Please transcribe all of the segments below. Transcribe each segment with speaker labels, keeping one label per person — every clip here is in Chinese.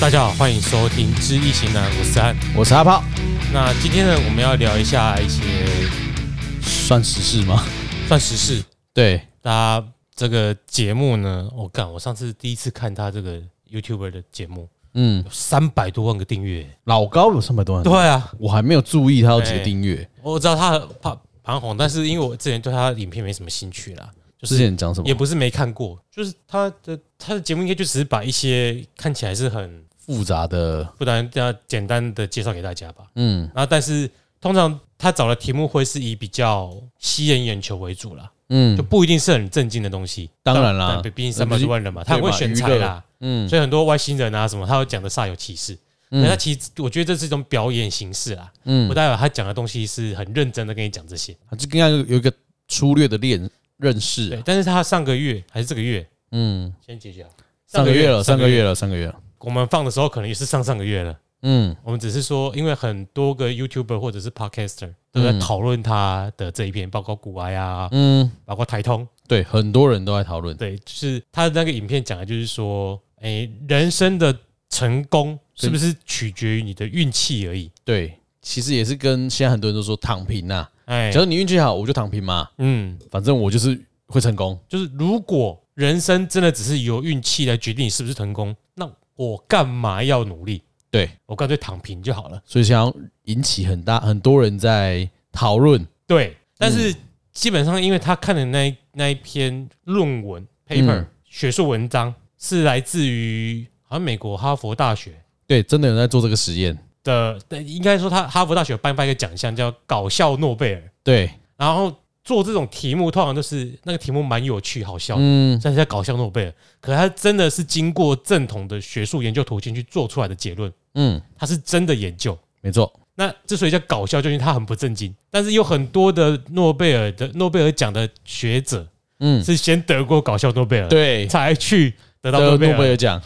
Speaker 1: 大家好，欢迎收听《知易行难》，我是安。
Speaker 2: 我是阿炮，
Speaker 1: 那今天呢，我们要聊一下一些
Speaker 2: 算时事吗？
Speaker 1: 算时事。
Speaker 2: 对，
Speaker 1: 大家这个节目呢，我、干，我上次第一次看他这个 YouTuber 的节目，
Speaker 2: 嗯，
Speaker 1: 有三百多万个订阅。
Speaker 2: 老高有三百多万，
Speaker 1: 对，啊，
Speaker 2: 我还没有注意他有几
Speaker 1: 哎
Speaker 2: 个订阅。
Speaker 1: 我知道他怕蛮红，但是因为我之前对他的影片没什么兴趣啦，就
Speaker 2: 之
Speaker 1: 是
Speaker 2: 前讲什么
Speaker 1: 也不是没看过，就是他的他的节目应该就只是把一些看起来是很
Speaker 2: 复杂的？
Speaker 1: 不然这样简单的介绍给大家吧。
Speaker 2: 嗯
Speaker 1: 然后，但是通常他找的题目会是以比较吸引眼球为主啦，就
Speaker 2: 嗯
Speaker 1: 不一定是很震惊的东西。
Speaker 2: 当然啦
Speaker 1: 但毕竟三百多万人嘛，他很会选材
Speaker 2: 对
Speaker 1: 啦
Speaker 2: 嘛，嗯
Speaker 1: 所以很多外星人啊什么，他会讲的煞有其事。那他
Speaker 2: 嗯
Speaker 1: 其实我觉得这是一种表演形式啦，不
Speaker 2: 嗯，
Speaker 1: 代表他讲的东西是很认真的跟你讲这些。
Speaker 2: 他就应该有一个粗略的练认识
Speaker 1: 对
Speaker 2: 啊。，
Speaker 1: 但是他上个月还是这个月
Speaker 2: 嗯，
Speaker 1: 先解决好，
Speaker 2: 上个月了，上个月了，上个月了。
Speaker 1: 我们放的时候可能也是上上个月了。
Speaker 2: 嗯
Speaker 1: 我们只是说，因为很多个 YouTuber 或者是 Podcaster 都在
Speaker 2: 嗯
Speaker 1: 讨论他的这一篇，包括古埃啊，
Speaker 2: 嗯，
Speaker 1: 包括台通，
Speaker 2: 对，很多人都在讨论。
Speaker 1: 对，就是他的那个影片讲的就是说，哎、人生的成功是不是取决于你的运气而已？
Speaker 2: 对，其实也是跟现在很多人都说躺平呐，
Speaker 1: 哎
Speaker 2: 只，要你运气好，我就躺平嘛，
Speaker 1: 嗯，
Speaker 2: 反正我就是会成功。
Speaker 1: 就是如果人生真的只是由运气来决定你是不是成功，那我干嘛要努力？
Speaker 2: 对，
Speaker 1: 我干脆躺平就好了。
Speaker 2: 所以想要引起很大很多人在讨论。
Speaker 1: 对，但
Speaker 2: 嗯
Speaker 1: 是基本上，因为他看的那一那一篇论文 paper、
Speaker 2: 嗯
Speaker 1: 学术文章是来自于好像美国哈佛大学
Speaker 2: 对，真的有人在做这个实验。
Speaker 1: 的，对应该说他哈佛大学有颁发一个奖项叫搞笑诺贝尔，
Speaker 2: 对，
Speaker 1: 然后做这种题目通常都是那个题目蛮有趣好笑的。
Speaker 2: 嗯，
Speaker 1: 像是在搞笑诺贝尔，可他真的是经过正统的学术研究途径去做出来的结论，
Speaker 2: 嗯，
Speaker 1: 他是真的研究。
Speaker 2: 没错，
Speaker 1: 那之所以叫搞笑，就是因为他很不正经。但是有很多的诺贝尔的诺贝尔奖的学者，
Speaker 2: 嗯，
Speaker 1: 是先得过搞笑诺贝尔，，
Speaker 2: 对，
Speaker 1: 才去得到
Speaker 2: 得
Speaker 1: 诺
Speaker 2: 诺
Speaker 1: 贝
Speaker 2: 贝
Speaker 1: 尔。
Speaker 2: 尔奖，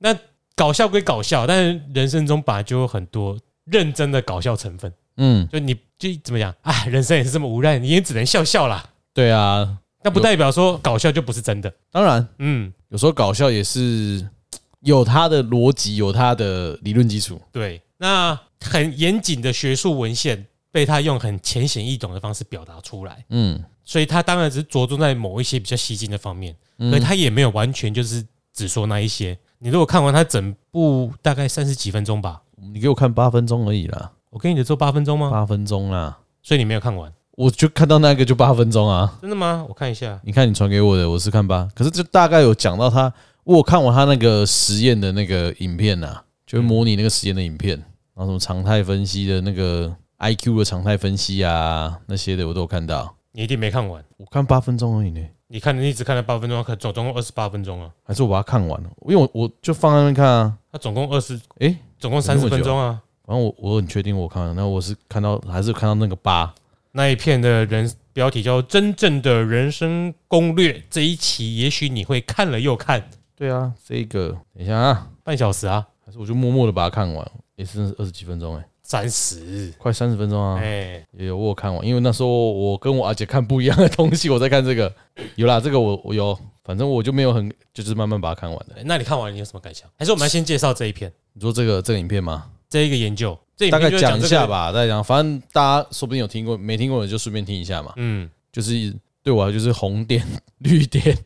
Speaker 1: 那搞笑归搞笑，但是人生中本来就有很多认真的搞笑成分。
Speaker 2: 嗯，
Speaker 1: 就你就怎么讲啊？人生也是这么无奈，你也只能笑笑啦。
Speaker 2: 对啊，
Speaker 1: 但不代表说搞笑就不是真的。
Speaker 2: 当然
Speaker 1: 嗯，
Speaker 2: 有时候搞笑也是有它的逻辑，有它的理论基础。
Speaker 1: 对。那很严谨的学术文献被他用很浅显易懂的方式表达出来，
Speaker 2: 嗯，
Speaker 1: 所以他当然只是着重在某一些比较吸睛的方面，
Speaker 2: 嗯
Speaker 1: 所以他也没有完全就是只说那一些。你如果看完他整部大概三十几分钟吧，
Speaker 2: 你给我看八分钟而已啦，
Speaker 1: 我给你的做八分钟吗？
Speaker 2: 八分钟啦，
Speaker 1: 所以你没有看完，
Speaker 2: 我就看到那个就八分钟啊。
Speaker 1: 真的吗？我看一下，
Speaker 2: 你看你传给我的，我是看八，可是就大概有讲到他，我有看完他那个实验的那个影片呐、就是模拟那个实验的影片，然后什么常态分析的那个 IQ 的常态分析啊那些的，我都有看到。
Speaker 1: 你一定没看完。
Speaker 2: 我看八分钟而已呢，
Speaker 1: 你看，你只看了八分钟，可总总共二十八分钟啊，
Speaker 2: 还是我把它看完了？因为我我就放在那边看啊。
Speaker 1: 他总共二十，
Speaker 2: 诶
Speaker 1: 总共
Speaker 2: 怎
Speaker 1: 三
Speaker 2: 么
Speaker 1: 十
Speaker 2: 那么
Speaker 1: 分
Speaker 2: 久
Speaker 1: 钟啊。
Speaker 2: 反正我我很确定我看完了，那我是看到还是看到那个八。
Speaker 1: 那一片的人标题叫《真正的人生攻略》，这一期也许你会看了又看，
Speaker 2: 对啊，这个等一下啊，
Speaker 1: 半小时啊，
Speaker 2: 还是我就默默的把它看完，也是二十几分钟哎、
Speaker 1: 三十，
Speaker 2: 快三十分钟啊，
Speaker 1: 哎，
Speaker 2: 也有我有看完，因为那时候我跟我阿姐看不一样的东西，我在看这个。有啦，这个我我有，反正我就没有很就是慢慢把它看完的。
Speaker 1: 哎那你看完你有什么感想？还是我们要先介绍这一篇，
Speaker 2: 你说这个这个影片吗？
Speaker 1: 这一个研究，这影
Speaker 2: 大
Speaker 1: 片
Speaker 2: 概
Speaker 1: 就
Speaker 2: 讲一
Speaker 1: 这
Speaker 2: 下
Speaker 1: 个，
Speaker 2: 吧，大概讲，反正大家说不定有听过，没听过的就顺便听一下嘛。
Speaker 1: 嗯，
Speaker 2: 就是对我来说就是红点、 绿点，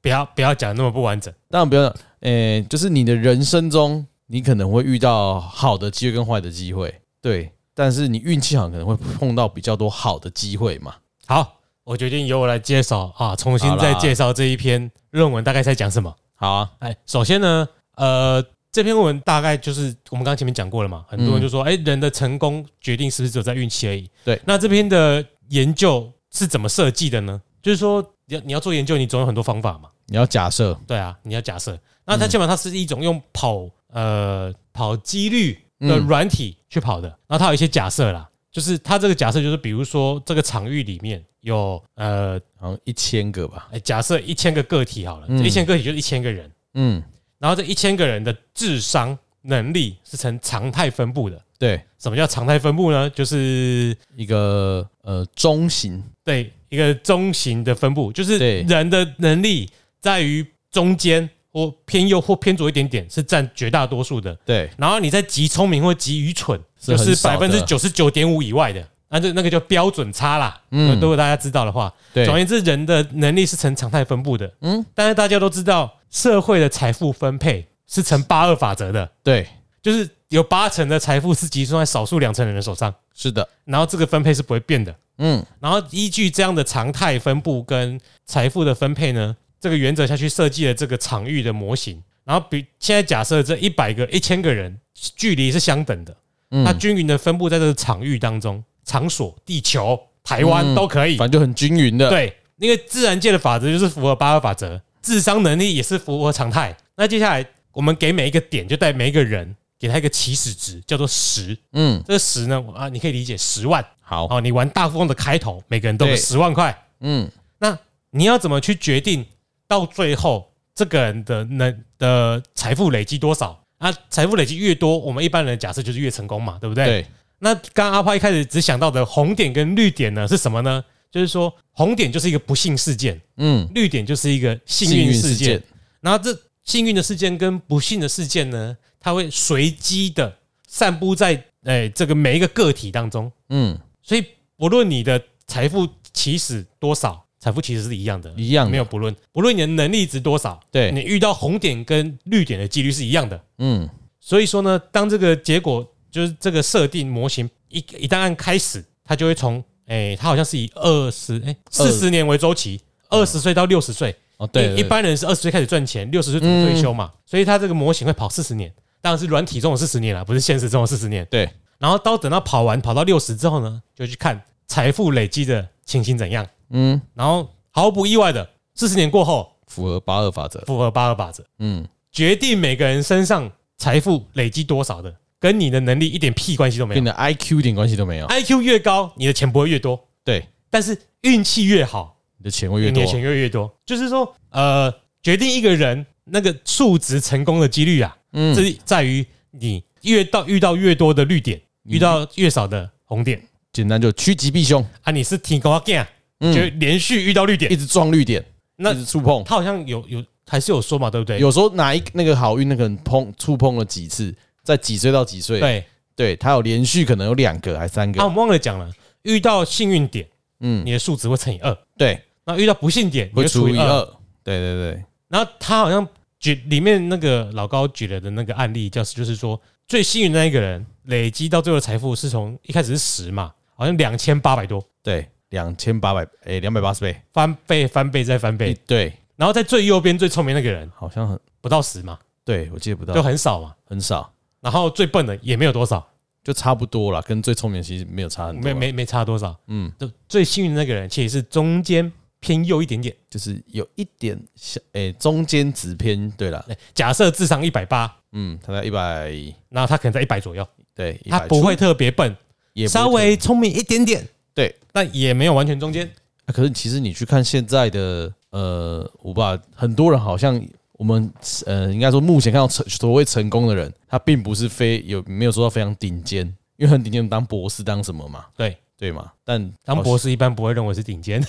Speaker 1: 不要不要讲那么不完整，
Speaker 2: 当然不要，诶、就是你的人生中，你可能会遇到好的机会跟坏的机会，对，但是你运气好，可能会碰到比较多好的机会嘛。
Speaker 1: 好。我决定由我来介绍啊，重新再
Speaker 2: 好啦
Speaker 1: 介绍这一篇论文大概在讲什么。
Speaker 2: 好啊，
Speaker 1: 哎，首先呢，呃，这篇文大概就是我们刚刚前面讲过了嘛，很多人就说，哎、人的成功决定是不是只有在运气而已？
Speaker 2: 嗯对。
Speaker 1: 那这边的研究是怎么设计的呢？就是说，你要你要做研究，你总有很多方法嘛。
Speaker 2: 你要假设，
Speaker 1: 对啊，你要假设，那它基本上它是一种用跑呃跑几率的
Speaker 2: 嗯
Speaker 1: 软体去跑的，然后它有一些假设啦，就是它这个假设就是，比如说这个场域里面有呃，
Speaker 2: 好像一千个吧，
Speaker 1: 哎假设一千个个体好了，
Speaker 2: 嗯
Speaker 1: 一千个个体就是一千个人。
Speaker 2: 嗯，
Speaker 1: 然后这一千个人的智商能力是呈常态分布的。
Speaker 2: 对，
Speaker 1: 什么叫常态分布呢？就是
Speaker 2: 一个呃中型，
Speaker 1: 对一个中型的分布，就是
Speaker 2: 对
Speaker 1: 人的能力在于中间或偏右或偏左一点点是占绝大多数的。
Speaker 2: 对，
Speaker 1: 然后你在极聪明或极愚蠢，
Speaker 2: 是
Speaker 1: 就
Speaker 2: 很
Speaker 1: 是
Speaker 2: 少
Speaker 1: 百分之
Speaker 2: 的
Speaker 1: 九十九点五以外的，那就那个叫标准差啦。
Speaker 2: 嗯
Speaker 1: 嗯，如果大家知道的话，
Speaker 2: 对
Speaker 1: 总而言之，人的能力是呈常态分布的。嗯，但是大家都知道，社会的财富分配是呈八二法则的，
Speaker 2: 对，
Speaker 1: 就是有八成的财富是集中在少数两成人的手上，
Speaker 2: 是的，
Speaker 1: 然后这个分配是不会变的。
Speaker 2: 嗯，
Speaker 1: 然后依据这样的常态分布跟财富的分配呢，这个原则下去设计了这个场域的模型。然后比现在假设这一百个、一千个人距离是相等的，
Speaker 2: 嗯
Speaker 1: 它均匀的分布在这个场域当中，场所、地球、台湾
Speaker 2: 嗯
Speaker 1: 都可以。
Speaker 2: 反正就很均匀的，
Speaker 1: 对，因为自然界的法则就是符合八二法则，智商能力也是符合常态。那接下来我们给每一个点，就带每一个人给他一个起始值，叫做十。
Speaker 2: 嗯，
Speaker 1: 这个十呢啊，你可以理解十万。
Speaker 2: 好，
Speaker 1: 哦，你玩大富翁的开头，每个人都有
Speaker 2: 对
Speaker 1: 十万块。
Speaker 2: 嗯，
Speaker 1: 那你要怎么去决定到最后这个人的能的财富累积多少？啊，财富累积越多，我们一般人的假设就是越成功嘛，对不对？。
Speaker 2: 对，
Speaker 1: 那刚刚阿花一开始只想到的红点跟绿点呢是什么呢？就是说红点就是一个不幸事件，
Speaker 2: 嗯，
Speaker 1: 绿点就是一个幸运事件。，然后这幸运的事件跟不幸的事件呢，它会随机的散布在诶、呃这个每一个个体当中。
Speaker 2: 嗯，
Speaker 1: 所以不论你的财富起始多少，财富其实是一样的，
Speaker 2: 一样的
Speaker 1: 没有不论，不论你的能力值多少，
Speaker 2: 对
Speaker 1: 你遇到红点跟绿点的几率是一样的。
Speaker 2: 嗯，
Speaker 1: 所以说呢，当这个结果就是这个设定模型一一旦按开始，它就会从诶、它好像是以二十诶四十年为周期，二十岁到六十岁，
Speaker 2: 哦，对，嗯
Speaker 1: 一一般人是二十岁开始赚钱，六十岁准备退休嘛，所以它这个模型会跑四十年，当然是软体中的四十年啦，不是现实中的四十年。
Speaker 2: 对，
Speaker 1: 然后到等到跑完跑到六十之后呢，就去看财富累积的情形怎样。
Speaker 2: 嗯，
Speaker 1: 然后毫不意外的，四十年过后
Speaker 2: 符合八二法则，
Speaker 1: 符合八二法则，
Speaker 2: 嗯，
Speaker 1: 决定每个人身上财富累积多少的，跟你的能力一点屁关系都没
Speaker 2: 跟
Speaker 1: 有哎
Speaker 2: 你。的 IQ 一点关系都没有，
Speaker 1: IQ 越高，你的钱不会越多，
Speaker 2: 对，
Speaker 1: 但是运气越好，
Speaker 2: 你的钱会越
Speaker 1: 你
Speaker 2: 多
Speaker 1: 的，钱越越多。就是说，呃，决定一个人那个数值成功的几率啊，
Speaker 2: 嗯
Speaker 1: 这，是在于你越到遇到越多的绿点，遇到越少的红点。
Speaker 2: 简单就趋吉避凶，
Speaker 1: 啊，你是挺高啊 g
Speaker 2: 嗯
Speaker 1: 就连续遇到绿点
Speaker 2: 一，直撞绿点，
Speaker 1: 哎那
Speaker 2: 一直触碰，
Speaker 1: 他好像有有还是有说嘛，对不对？
Speaker 2: 有时候哪一那个好运那个人碰触碰了几次，在几岁到几岁，
Speaker 1: 对，
Speaker 2: 对，他有连续可能有两个还三
Speaker 1: 啊，
Speaker 2: 个
Speaker 1: 我，们忘了讲了，遇到幸运点，
Speaker 2: 嗯，
Speaker 1: 你的数值会乘以二，
Speaker 2: 对，
Speaker 1: 那遇到不幸点，你
Speaker 2: 会
Speaker 1: 就
Speaker 2: 除以
Speaker 1: 二。
Speaker 2: 二，对对对，
Speaker 1: 然后他好像举里面那个老高举了的那个案例，就是就是说最幸运的那一个人累积到最后的财富是从一开始是十嘛，好像两千八百多，
Speaker 2: 对，两千八百，哎，两百八十倍，
Speaker 1: 翻倍翻倍再翻倍，
Speaker 2: 对，
Speaker 1: 然后在最右边最聪明那个人
Speaker 2: 好像很，
Speaker 1: 不到十嘛，
Speaker 2: 对我记得不
Speaker 1: 就
Speaker 2: 到，
Speaker 1: 很少嘛，
Speaker 2: 很少，
Speaker 1: 然后最笨的也没有多少，
Speaker 2: 就差不多了，跟最聪明的其实没有差很多
Speaker 1: 没
Speaker 2: 啦，
Speaker 1: 没没差多少。
Speaker 2: 嗯，
Speaker 1: 就最幸运的那个人其实是中间偏右一点点。
Speaker 2: 就是有一点小，哎，中间值偏，对了，
Speaker 1: 哎假设智商一百八，
Speaker 2: 嗯，他在一百，
Speaker 1: 然后他可能在一百左右，
Speaker 2: 对，
Speaker 1: 他
Speaker 2: 100
Speaker 1: 啊不
Speaker 2: 出
Speaker 1: 会特别笨，
Speaker 2: 也不会
Speaker 1: 稍微聪明一点点，
Speaker 2: 对，
Speaker 1: 但也没有完全中间。
Speaker 2: 啊可是其实你去看现在的呃，我吧，很多人好像我们呃，应该说目前看到成所谓成功的人，他并不是非有没有说到非常顶尖，因为很顶尖当博士当什么嘛，
Speaker 1: 对，
Speaker 2: 对嘛？但
Speaker 1: 当博士一般不会认为是顶 尖。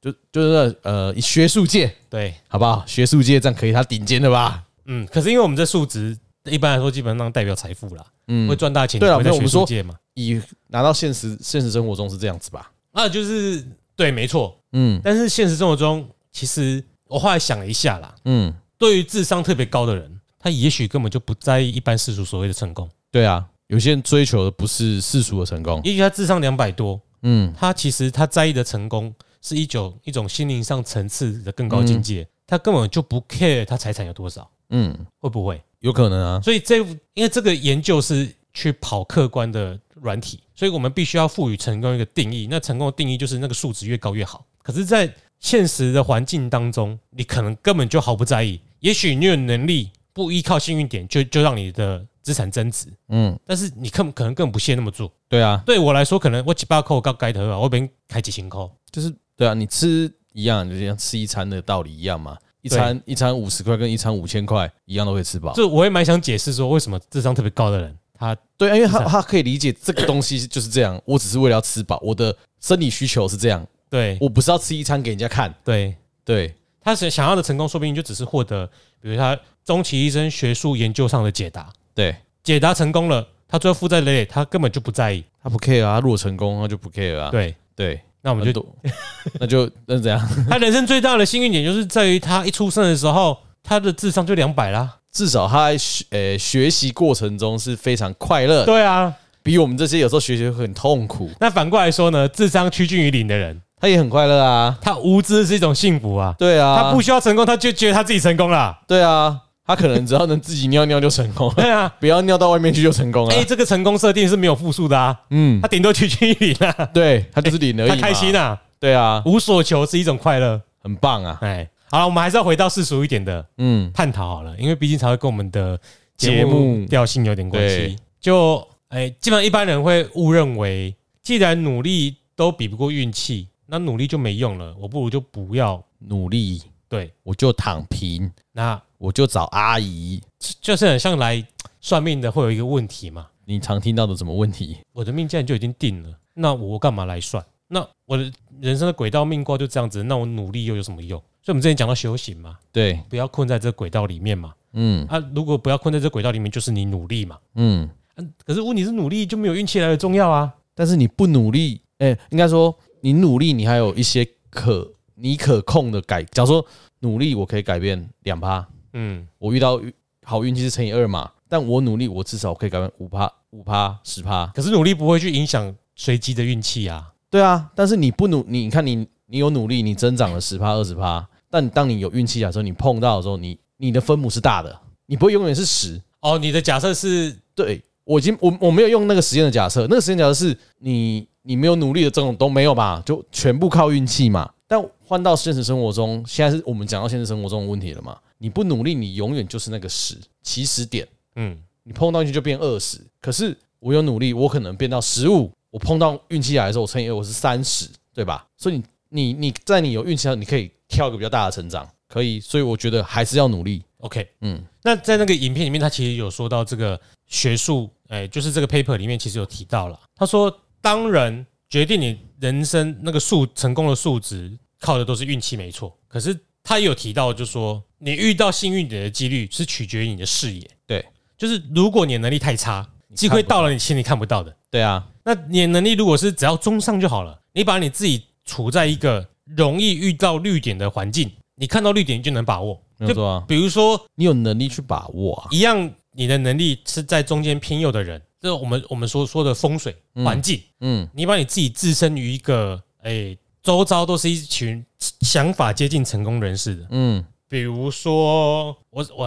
Speaker 2: 就就是那呃，学术界
Speaker 1: 对，
Speaker 2: 好不好？学术界这样可以，他顶尖的吧？
Speaker 1: 嗯，可是因为我们这数值一般来说基本上代表财富啦，
Speaker 2: 嗯
Speaker 1: 会，赚大钱。
Speaker 2: 对啊
Speaker 1: 不会在
Speaker 2: 没有我们
Speaker 1: 学术
Speaker 2: 说
Speaker 1: 界嘛，
Speaker 2: 以拿到现实现实生活中是这样子吧？
Speaker 1: 那就是对，没错。
Speaker 2: 嗯
Speaker 1: 但是现实生活中，其实我后来想了一下啦，
Speaker 2: 嗯，
Speaker 1: 对于智商特别高的人，他也许根本就不在意一般世俗所谓的成功，
Speaker 2: 对啊，有些人追求的不是世俗的成功，
Speaker 1: 也许他智商两百多，
Speaker 2: 嗯，
Speaker 1: 他其实他在意的成功是一种一种心灵上层次的更高境界，他根本就不 care 他财产有多少，
Speaker 2: 嗯，
Speaker 1: 会不会？
Speaker 2: 有可能啊，
Speaker 1: 所以这因为这个研究是去跑客观的软体，所以我们必须要赋予成功一个定义。那成功的定义就是那个数值越高越好。可是，在现实的环境当中，你可能根本就毫不在意。也许你有能力不依靠幸运点，就就让你的资产增值，
Speaker 2: 嗯，
Speaker 1: 但是你根本可能更不屑那么做。
Speaker 2: 对啊，
Speaker 1: 对我来说，可能我几百扣刚该头啊，我被开几千扣，
Speaker 2: 就是对啊，你吃一样，就像吃一餐的道理一样嘛。一餐一餐五十块跟一餐五千块一样都可以吃饱，
Speaker 1: 这我也蛮想解释说，为什么智商特别高的人，他
Speaker 2: 对啊，因为他
Speaker 1: 是啊
Speaker 2: 他可以理解这个东西就是这样，我只是为了要吃饱，我的生理需求是这样，
Speaker 1: 对
Speaker 2: 我不是要吃一餐给人家看，
Speaker 1: 对，
Speaker 2: 对，
Speaker 1: 他想想要的成功，说不定就只是获得，比如他终其一生学术研究上的解答，
Speaker 2: 对
Speaker 1: 解答成功了，他最后负债累累，他根本就不在意。
Speaker 2: 他不 care 啊，他如果成功他就不 care 啊。
Speaker 1: 对，
Speaker 2: 对，
Speaker 1: 那我
Speaker 2: 我
Speaker 1: 们就
Speaker 2: 就 那就那怎样？
Speaker 1: 他人生最大的幸运点就是在于他一出生的时候，他的智商就两百啦。
Speaker 2: 至少他在学呃学习过程中是非常快乐，
Speaker 1: 对啊，
Speaker 2: 比我们这些有时候学习会很痛苦，
Speaker 1: 那反过来说呢，智商趋近于零的人，
Speaker 2: 他也很快乐啊。
Speaker 1: 他无知是一种幸福啊。
Speaker 2: 对啊，
Speaker 1: 他不需要成功，他就觉得他自己成功 啦。
Speaker 2: 对啊，他可能只要能自己尿尿就成 功了，
Speaker 1: 对啊，
Speaker 2: 不要尿到外面去就成功了。啊
Speaker 1: 哎，这个成功设定是没有复数的啊，
Speaker 2: 嗯
Speaker 1: 他，顶多趋近于零啊，
Speaker 2: 对他就是领而已、
Speaker 1: 他开心
Speaker 2: 啊，
Speaker 1: 啊，
Speaker 2: 对啊，
Speaker 1: 无所求是一种快乐。
Speaker 2: 很棒啊，
Speaker 1: 哎，好了，我们还是要回到世俗一点的
Speaker 2: 嗯，
Speaker 1: 探讨好了，因为毕竟才会跟我们的节
Speaker 2: 节
Speaker 1: 目
Speaker 2: 目
Speaker 1: 调性有点关系
Speaker 2: 对。
Speaker 1: 就哎，基本上一般人会误认为，既然努力都比不过运气，那努力就没用了，我不如就不要
Speaker 2: 努力，
Speaker 1: 对。
Speaker 2: 我就躺平，
Speaker 1: 那
Speaker 2: 我就找阿姨。
Speaker 1: 就就是很像来算命的会有一个问题嘛，
Speaker 2: 你常听到的什么问题？
Speaker 1: 我的命既然就已经定了，那我干嘛来算？那我的人生的轨道命卦就这样子，那我努力又有什么用？所以我们之前讲到修行嘛，
Speaker 2: 对，
Speaker 1: 不要困在这轨道里面嘛。
Speaker 2: 嗯
Speaker 1: 啊，如果不要困在这轨道里面，就是你努力嘛。
Speaker 2: 嗯，
Speaker 1: 嗯，可是问题是努力就没有运气来的重要啊。
Speaker 2: 但是你不努力，哎、应该说你努力，你还有一些可你可控的改。假如说努力，我可以改变两趴，
Speaker 1: 嗯，
Speaker 2: 我遇到好运气是乘以二嘛，但我努力，我至少可以改变五趴、五趴、十趴。
Speaker 1: 可是努力不会去影响随机的运气啊。
Speaker 2: 对啊，但是你不努，你你看你你有努力，你增长了十趴、二十趴，但当你有运气的时候，你碰到的时候，你你的分母是大的，你不会永远是十。
Speaker 1: 哦，你的假设是
Speaker 2: 对我已经我我没有用那个实验的假设，那个实验假设是你你没有努力的这种都没有吧，就全部靠运气嘛。但换到现实生活中，现在是我们讲到现实生活中的问题了嘛？你不努力，你永远就是那个十起始点，
Speaker 1: 嗯，
Speaker 2: 你碰到运气就变二十。可是我有努力，我可能变到十五。我碰到运气来的时候，我乘以二我是三十，对吧？所以你你你在你有运气上，你可以跳一个比较大的成长，可以。所以我觉得还是要努力。
Speaker 1: OK。
Speaker 2: 嗯，
Speaker 1: 那在那个影片里面，他其实有说到这个学术，哎、就是这个 paper 里面其实有提到了。他说，当然决定你人生那个数成功的数值，靠的都是运气，没错。可是他也有提到，就说你遇到幸运点的几率是取决于你的视野。
Speaker 2: 对，
Speaker 1: 就是如果你的能力太差，机会到了你心里看不到的。
Speaker 2: 对啊，
Speaker 1: 那你的能力如果是只要中上就好了，你把你自己处在一个容易遇到绿点的环境，你看到绿点你就能把握。
Speaker 2: 没有错啊，
Speaker 1: 比如说
Speaker 2: 你有能力去把握啊。
Speaker 1: 一样，你的能力是在中间偏右的人，这我们我们所说的风水环境，
Speaker 2: 嗯，
Speaker 1: 你把你自己置身于一个诶、周遭都是一群想法接近成功人士的，
Speaker 2: 嗯，
Speaker 1: 比如说我我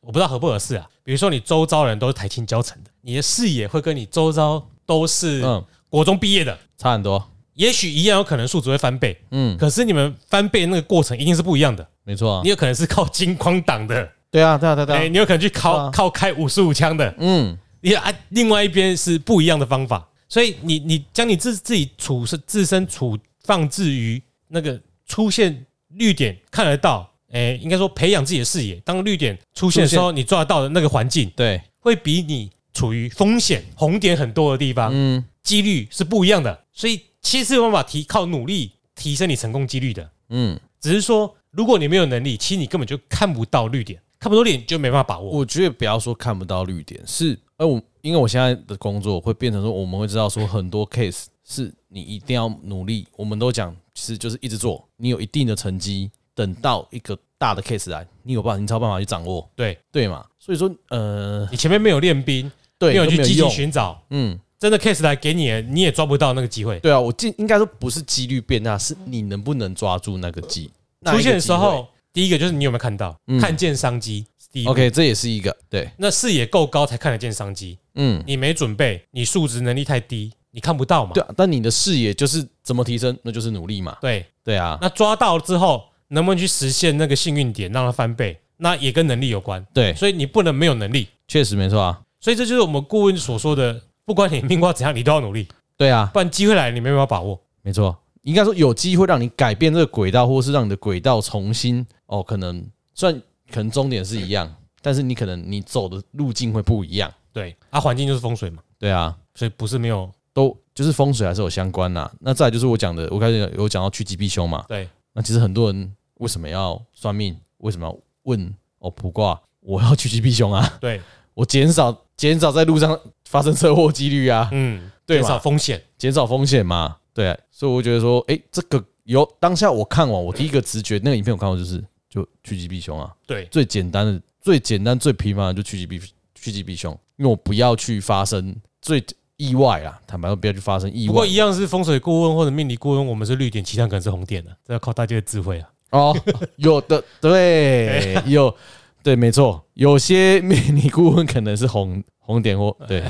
Speaker 1: 我不知道合不合适啊，比如说你周遭人都是台青教成的，你的视野会跟你周遭都是
Speaker 2: 嗯，
Speaker 1: 国中毕业的，
Speaker 2: 差很多。
Speaker 1: 也许一样有可能数值会翻倍，
Speaker 2: 嗯，
Speaker 1: 可是你们翻倍那个过程一定是不一样的，
Speaker 2: 没错啊
Speaker 1: 你。有可能是靠金光党的。
Speaker 2: 对啊，对啊，对啊
Speaker 1: 哎、
Speaker 2: 对啊。
Speaker 1: 你有可能去靠、
Speaker 2: 对啊
Speaker 1: 靠开五十五枪的，
Speaker 2: 嗯，
Speaker 1: 你啊，另外一边是不一样的方法，所以你你将你自自己处是自身处放置于那个出现绿点看得到，哎、应该说培养自己的视野。当绿点出现的时候，你抓得到的那个环境，
Speaker 2: 对，
Speaker 1: 会比你处于风险红点很多的地方，
Speaker 2: 嗯，
Speaker 1: 几率是不一样的。所以其实有办法提靠努力提升你成功几率的，
Speaker 2: 嗯，
Speaker 1: 只是说如果你没有能力，其实你根本就看不到绿点，看不到绿点就没办法把握。
Speaker 2: 我觉得不要说看不到绿点，是，哎，我因为我现在的工作会变成说，我们会知道说很多 case 是你一定要努力，我们都讲，其实就是一直做，你有一定的成绩，等到一个大的 case 来，你有办法，你才有办法去掌握，
Speaker 1: 对
Speaker 2: 对嘛？嗯所以说，呃，
Speaker 1: 你前面没有练兵，
Speaker 2: 对，
Speaker 1: 没有
Speaker 2: 都
Speaker 1: 去积极
Speaker 2: 用，
Speaker 1: 寻找，
Speaker 2: 嗯，
Speaker 1: 真的 case 来给你了，你也抓不到那个机会。
Speaker 2: 对啊，我记应该说不是几率变大，是你能不能抓住那个机那一
Speaker 1: 出
Speaker 2: 个
Speaker 1: 现的时
Speaker 2: 机会
Speaker 1: 候，第一个就是你有没有看到，
Speaker 2: 嗯
Speaker 1: 看见商机是第一步。
Speaker 2: ，OK，这也是一个对，
Speaker 1: 那视野够高才看得见商机，
Speaker 2: 嗯。
Speaker 1: 你没准备，你数值能力太低，你看不到嘛
Speaker 2: 对。啊，但你的视野就是怎么提升，那就是努力嘛。
Speaker 1: 对，
Speaker 2: 对啊，
Speaker 1: 那抓到之后，能不能去实现那个幸运点，让它翻倍，那也跟能力有关。
Speaker 2: 对，
Speaker 1: 所以你不能没有能力。
Speaker 2: 确实没错啊。
Speaker 1: 所以这就是我们顾问所说的，不管你命卦怎样，你都要努力，
Speaker 2: 对啊，
Speaker 1: 不然机会来了你没办法把握。
Speaker 2: 没错。应该说有机会让你改变这个轨道，或是让你的轨道重新哦，可能虽然可能终点是一样，但是你可能你走的路径会不一样。
Speaker 1: 对，啊，环境就是风水嘛，
Speaker 2: 对啊，
Speaker 1: 所以不是没有
Speaker 2: 都就是啊风水还是有相关呐、那再来就是我讲的，我开始有讲到趋吉避凶嘛。
Speaker 1: 对，
Speaker 2: 那其实很多人为什么要算命？为什么要问哦卜卦？我要趋吉避凶啊！
Speaker 1: 对，
Speaker 2: 我减少减少在路上发生车祸几率啊，
Speaker 1: 嗯，
Speaker 2: 对
Speaker 1: 减
Speaker 2: 嘛
Speaker 1: 少风险，
Speaker 2: 减少风险嘛。对、啊所以我觉得说，诶，这个有当下我看完，我第一个直觉，那个影片我看过就是就趋吉避凶啊，
Speaker 1: 对，
Speaker 2: 最简单的、最简单、最平凡的就趋吉避趋吉避凶，因为我不要去发生最意外啊，坦白说不要去发生意
Speaker 1: 不过
Speaker 2: 外
Speaker 1: 一样是风水顾问或者命理顾问，我们是绿点，其他可能是红点的、这要靠大家的智慧啊。
Speaker 2: 哦。 有的对，有对，没错，有些 命理顾问可能是红红点或对，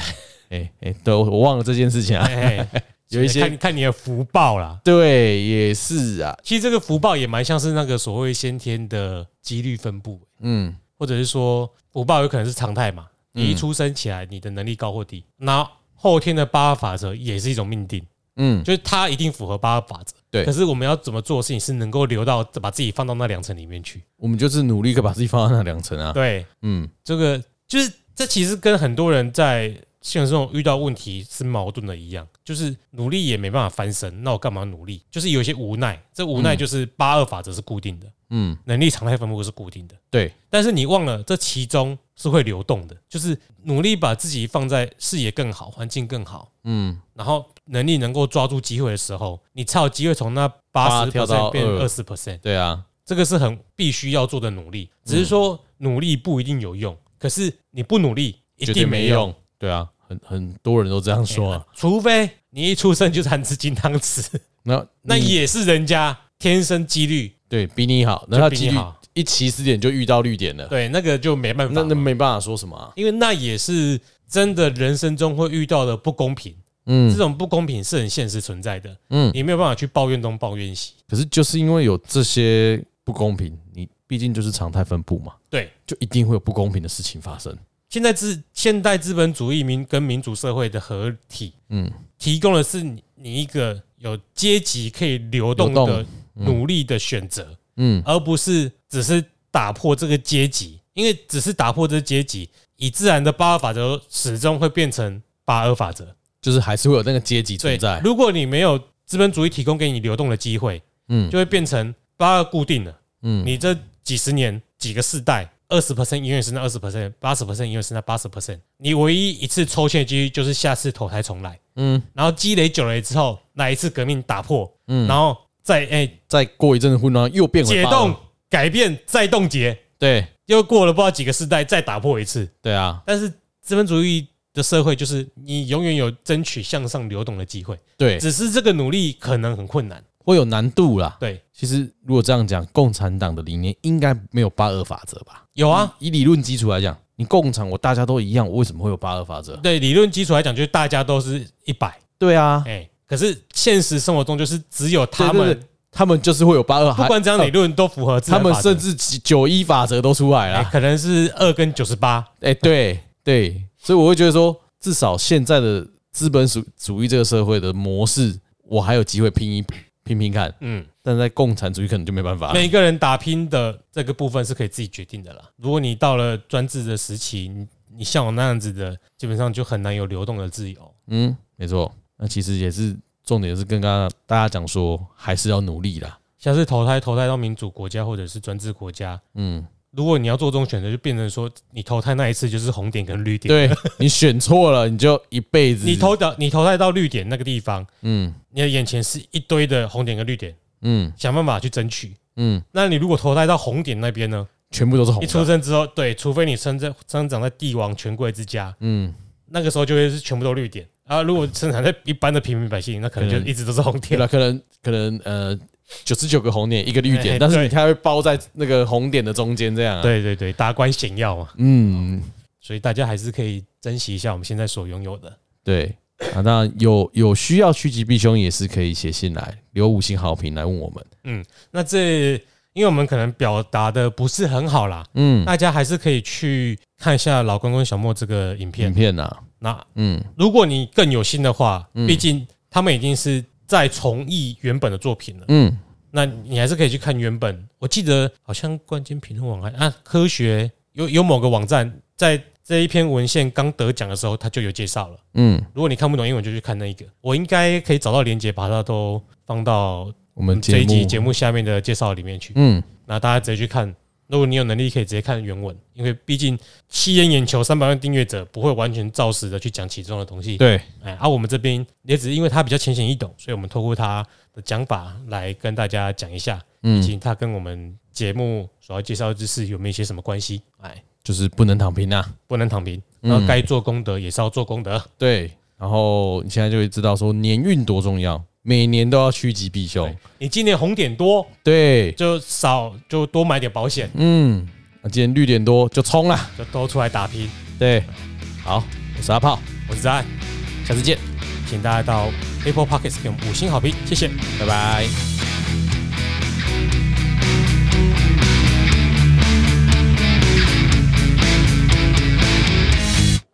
Speaker 2: 哎哎、对我我忘了这件事情啊，
Speaker 1: 哎、 嘿
Speaker 2: 有一些
Speaker 1: 看看你的福报啦。
Speaker 2: 对也是啊，
Speaker 1: 其实这个福报也蛮像是那个所谓先天的几率分布，
Speaker 2: 嗯。
Speaker 1: 或者是说福报有可能是常态嘛。你一出生起来，你的能力高或低，那后天的八二法则也是一种命定，
Speaker 2: 嗯，
Speaker 1: 就是它一定符合八二法则。
Speaker 2: 对
Speaker 1: 可是我们要怎么做事情是能够留到把自己放到那两层里面去？
Speaker 2: 我们就是努力可把自己放到那两层啊。
Speaker 1: 对，
Speaker 2: 嗯，
Speaker 1: 这个就是这其实跟很多人在现实中遇到问题是矛盾的一样，就是努力也没办法翻身，那我干嘛努力？就是有一些无奈，这无奈就是八二法则是固定的，
Speaker 2: 嗯，
Speaker 1: 能力常态分布是固定的，
Speaker 2: 对，
Speaker 1: 但是你忘了这其中是会流动的，就是努力把自己放在视野更好、环境更好，
Speaker 2: 嗯，
Speaker 1: 然后能力能够抓住机会的时候，你才有机会从那八
Speaker 2: 八
Speaker 1: 十
Speaker 2: 跳到
Speaker 1: percent 变
Speaker 2: 二
Speaker 1: 二十 percent。
Speaker 2: 对啊，
Speaker 1: 这个是很必须要做的努力。只是说努力不一定有
Speaker 2: 嗯
Speaker 1: 用，可是你不努力一
Speaker 2: 绝对
Speaker 1: 定
Speaker 2: 没
Speaker 1: 没用。
Speaker 2: 用。对啊，很很多人都这样说啊。
Speaker 1: 除非你一出生就是含吃金汤匙，
Speaker 2: 那
Speaker 1: 那
Speaker 2: 你
Speaker 1: 也是人家天生几率，
Speaker 2: 对比你好，那
Speaker 1: 就
Speaker 2: 他
Speaker 1: 比
Speaker 2: 几
Speaker 1: 你
Speaker 2: 率
Speaker 1: 好
Speaker 2: 一起始点就遇到绿点了，
Speaker 1: 对那个就没办法
Speaker 2: 那
Speaker 1: 嘛，
Speaker 2: 那没办法说什么啊。
Speaker 1: 因为那也是真的人生中会遇到的不公平。这
Speaker 2: 嗯
Speaker 1: 种不公平是很现实存在的，
Speaker 2: 嗯，
Speaker 1: 你没有办法去抱怨东抱怨西。
Speaker 2: 可是就是因为有这些不公平，你毕竟就是常态分布嘛，
Speaker 1: 对，
Speaker 2: 就一定会有不公平的事情发生。
Speaker 1: 现在资现代资本主义民跟民主社会的合体，
Speaker 2: 嗯，
Speaker 1: 提供的是你你一个有阶级可以流动
Speaker 2: 流
Speaker 1: 的
Speaker 2: 动
Speaker 1: 努力的选择，
Speaker 2: 嗯
Speaker 1: 而不是只是打破这个阶级，因为只是打破这阶级，以自然的八二法则始终会变成八二法则。
Speaker 2: 就是还是会有那个阶级
Speaker 1: 所以
Speaker 2: 存在。
Speaker 1: 如果你没有资本主义提供给你流动的机会，
Speaker 2: 嗯
Speaker 1: 就会变成八二固定了。
Speaker 2: 嗯，
Speaker 1: 你这几十年几个世代，二十 percent 永远是那二十 percent，八十 percent 永远是那八十 percent。你唯一一次抽签的几率就是下次投胎重来，
Speaker 2: 嗯
Speaker 1: 然后积累久了之后，哪一次革命打破，
Speaker 2: 嗯
Speaker 1: 然后再哎、
Speaker 2: 再过一阵子混乱又变回
Speaker 1: 解
Speaker 2: 八了
Speaker 1: 冻、改变、再冻结，
Speaker 2: 对
Speaker 1: 又过了不知道几个世代再打破一次。
Speaker 2: 对啊，
Speaker 1: 但是资本主义的社会就是你永远有争取向上流动的机会，
Speaker 2: 对，
Speaker 1: 只是这个努力可能很困难。
Speaker 2: 会有难度啦。
Speaker 1: 对，
Speaker 2: 其实如果这样讲，共产党的理念应该没有八二法则吧？
Speaker 1: 有啊，
Speaker 2: 以理论基础来讲，你共产我大家都一样，我为什么会有八二法则？
Speaker 1: 对理论基础来讲，就是大家都是一百。
Speaker 2: 对啊，
Speaker 1: 哎、可是现实生活中就是只有他们，
Speaker 2: 对对对他们就是会有八二，
Speaker 1: 不管怎样理论都符合自
Speaker 2: 他
Speaker 1: 然
Speaker 2: 们
Speaker 1: 法则
Speaker 2: 甚至九一法则都出来
Speaker 1: 哎
Speaker 2: 了。
Speaker 1: 可能是二跟九十八，
Speaker 2: 哎，对 对，所以我会觉得说，至少现在的资本主主义这个社会的模式，我还有机会拼一拼拼看，
Speaker 1: 嗯，
Speaker 2: 但在共产主义可能就没办法了。
Speaker 1: 每个人打拼的这个部分是可以自己决定的啦。如果你到了专制的时期，你你像我那样子的，基本上就很难有流动的自由。
Speaker 2: 嗯，没错。那其实也是重点是跟大家大家讲说，还是要努力 啦。
Speaker 1: 下次投胎投胎到民主国家或者是专制国家，
Speaker 2: 嗯，
Speaker 1: 如果你要做这种选择，就变成说你投胎那一次就是红点跟绿点，
Speaker 2: 对你选错了，你就一辈子。
Speaker 1: 你投到你投胎到绿点那个地方，
Speaker 2: 嗯
Speaker 1: 你的眼前是一堆的红点跟绿点，
Speaker 2: 嗯
Speaker 1: 想办法去争取。
Speaker 2: 嗯，
Speaker 1: 那你如果投胎到红点那边呢？
Speaker 2: 全部都是红
Speaker 1: 一出
Speaker 2: 的。
Speaker 1: 生之后，对，除非你生在生长在帝王权贵之家，
Speaker 2: 嗯，
Speaker 1: 那个时候就会是全部都绿点。啊，如果生长在一般的平民百姓，那可能就
Speaker 2: 可能
Speaker 1: 一直都是红
Speaker 2: 对
Speaker 1: 点。
Speaker 2: 了，可能可能呃，九十九个红点，一个绿
Speaker 1: 哎
Speaker 2: 点，
Speaker 1: 哎
Speaker 2: 但是
Speaker 1: 对
Speaker 2: 你它会包在那个红点的中间这样、啊。，
Speaker 1: 对对对，达官显要嘛，
Speaker 2: 嗯，
Speaker 1: 所以大家还是可以珍惜一下我们现在所拥有的。
Speaker 2: 对啊，当然有有需要趋吉避凶，也是可以写信来留五星好评来问我们。
Speaker 1: 那这因为我们可能表达的不是很好啦，
Speaker 2: 嗯，
Speaker 1: 大家还是可以去看一下老关跟小莫这个影
Speaker 2: 影
Speaker 1: 片。
Speaker 2: 片呐、啊，
Speaker 1: 那
Speaker 2: 嗯
Speaker 1: 如果你更有心的话，毕竟他们已经是在重译原本的作品了。
Speaker 2: 嗯，
Speaker 1: 那你还是可以去看原本，我记得好像冠军评论网还啊，科学有有某个网站在这一篇文献刚得奖的时候，它就有介绍了。
Speaker 2: 嗯，
Speaker 1: 如果你看不懂英文，就去看那一个。我应该可以找到链接，把它都放到
Speaker 2: 我们
Speaker 1: 这
Speaker 2: 节
Speaker 1: 一集
Speaker 2: 目
Speaker 1: 节目下面的介绍里面去。
Speaker 2: 嗯，
Speaker 1: 那大家直接去看。如果你有能力，可以直接看原文，因为毕竟吸引眼球三百万订阅者不会完全照实的去讲其中的东西。
Speaker 2: 对，
Speaker 1: 哎，而、我们这边也只是因为它比较浅显易懂，所以我们透过它的讲法来跟大家讲一下，以及
Speaker 2: 嗯，
Speaker 1: 它跟我们节目所要介绍的知识有没有一些什么关系。哎，
Speaker 2: 就是不能躺平啊。
Speaker 1: 不能躺平，
Speaker 2: 嗯
Speaker 1: 然后该做功德也是要做功德。
Speaker 2: 对，然后你现在就会知道说年运多重要，每年都要趋吉避凶
Speaker 1: 对。你今年红点多，
Speaker 2: 对，
Speaker 1: 就少就多买点保险，
Speaker 2: 嗯，那今天绿点多就冲啦。
Speaker 1: 就都出来打拼。
Speaker 2: 对，好，我是阿炮，
Speaker 1: 我是在，
Speaker 2: 下次见，
Speaker 1: 请大家到 Apple Pockets 给我们五星好评，谢谢。
Speaker 2: 拜拜。